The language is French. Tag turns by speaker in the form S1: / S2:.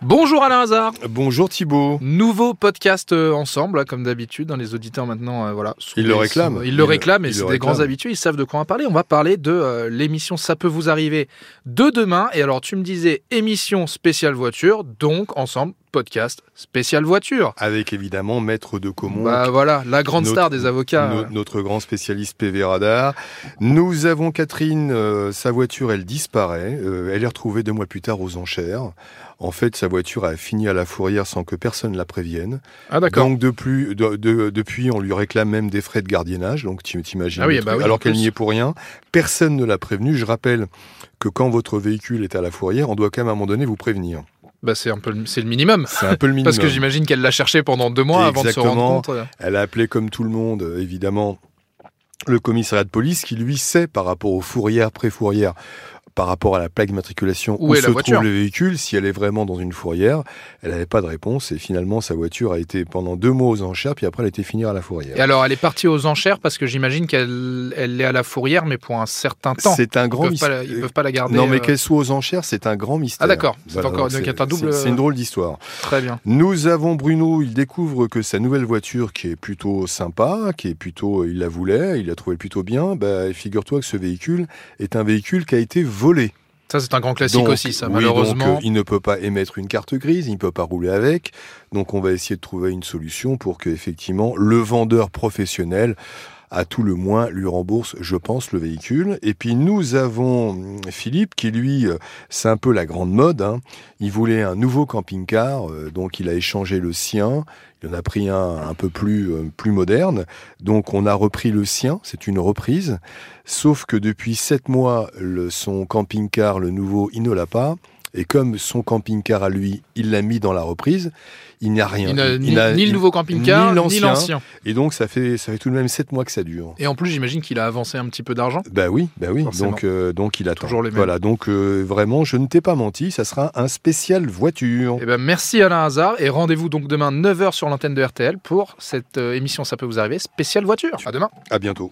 S1: Bonjour Alain Hazard.
S2: Bonjour Thibault.
S1: Nouveau podcast euh, ensemble, hein, comme d'habitude. hein, les auditeurs maintenant, euh, voilà. sont
S2: Ils le
S1: des-
S2: réclament.
S1: sont- Ils le
S2: Ils le-
S1: réclament et
S2: ils
S1: c'est
S2: le
S1: des grands
S2: réclament.
S1: habitués. Ils savent de quoi on va parler. On va parler de euh, l'émission Ça peut vous arriver de demain. Et alors, tu me disais émission spéciale voiture, donc ensemble podcast spéciale voiture.
S2: Avec évidemment Maître de Comont,
S1: Bah voilà, la grande
S2: Notre-
S1: star des avocats.
S2: no- notre grand spécialiste PV Radar. Nous avons Catherine, euh, sa voiture, elle disparaît. Euh, elle est retrouvée deux mois plus tard aux enchères. En fait, sa voiture a fini à la fourrière sans que personne la prévienne.
S1: Ah d'accord.
S2: Donc de plus- de- de- depuis, on lui réclame même des frais de gardiennage. Donc tu t'imagines,
S1: Ah oui,
S2: le
S1: bah
S2: truc,
S1: oui, en
S2: alors qu'elle
S1: plus.
S2: n'y est pour rien. Personne ne l'a prévenue. Je rappelle que quand votre véhicule est à la fourrière, on doit quand même à un moment donné vous prévenir.
S1: Bah c'est un peu, le- c'est le minimum.
S2: C'est un peu le minimum.
S1: Parce que j'imagine qu'elle l'a cherché pendant deux mois avant de se rendre
S2: Exactement.
S1: compte. euh,
S2: Elle a appelé comme tout le monde, euh, évidemment, le commissariat de police qui, lui, sait par rapport aux fourrières, pré-fourrières, par rapport à la plaque d'immatriculation
S1: Où
S2: où,
S1: est la
S2: se
S1: voiture
S2: trouve le véhicule, si elle est vraiment dans une fourrière. Elle n'avait pas de réponse et finalement, sa voiture a été pendant deux mois aux enchères, puis après, elle a été finir à la
S1: Et
S2: fourrière.
S1: alors, elle est partie aux enchères parce que j'imagine qu'elle elle est à la fourrière, mais pour un certain temps.
S2: C'est un
S1: Ils
S2: grand
S1: peuvent, pas
S2: mystère.
S1: la, ils peuvent pas la garder.
S2: Non, mais
S1: euh, Ah,
S2: qu'elle soit aux enchères, c'est un grand mystère.
S1: d'accord. C'est encore- donc, il y a
S2: c'est-
S1: un double-
S2: c'est- C'est une drôle d'histoire.
S1: Très bien.
S2: Nous avons Bruno, il découvre que sa nouvelle voiture, qui est plutôt sympa, qui est plutôt, euh, il la voulait, il la trouvait plutôt bien, bah, figure-toi que ce véhicule est un véhicule qui a été volé.
S1: Ça, c'est un grand classique
S2: Donc,
S1: aussi, ça,
S2: oui,
S1: malheureusement.
S2: donc, euh, il ne peut pas émettre une carte grise, il ne peut pas rouler avec, donc on va essayer de trouver une solution pour que, effectivement, le vendeur professionnel à tout le moins lui rembourse, je pense, le véhicule. Et puis nous avons hum, Philippe qui, lui, euh, c'est un peu la grande mode. hein. Il voulait un nouveau camping-car, euh, donc il a échangé le sien. Il en a pris un un peu plus, euh, plus moderne. Donc on a repris le sien, c'est une reprise. Sauf que depuis sept mois, le- son camping-car, le nouveau, il ne l'a pas. Et comme son camping-car à lui, il l'a mis dans la reprise, il n'y a rien.
S1: Il n'a
S2: Il-
S1: ni,
S2: il a-
S1: ni le
S2: il-
S1: nouveau camping-car,
S2: ni
S1: ni
S2: l'ancien.
S1: l'ancien.
S2: Et donc ça fait, ça fait tout de même sept mois que ça dure.
S1: Et en plus, j'imagine qu'il a avancé un petit peu d'argent.
S2: Bah oui, bah oui.
S1: Forcément.
S2: Donc, euh, donc il attend.
S1: Toujours les mêmes.
S2: Voilà, donc euh, vraiment, je ne t'ai pas menti, ça sera un spécial voiture.
S1: Eh ben, merci Alain Hazard. Et rendez-vous donc demain 9h sur l'antenne de RTL pour cette euh, émission Ça peut vous arriver spéciale voiture. À demain.
S2: À bientôt.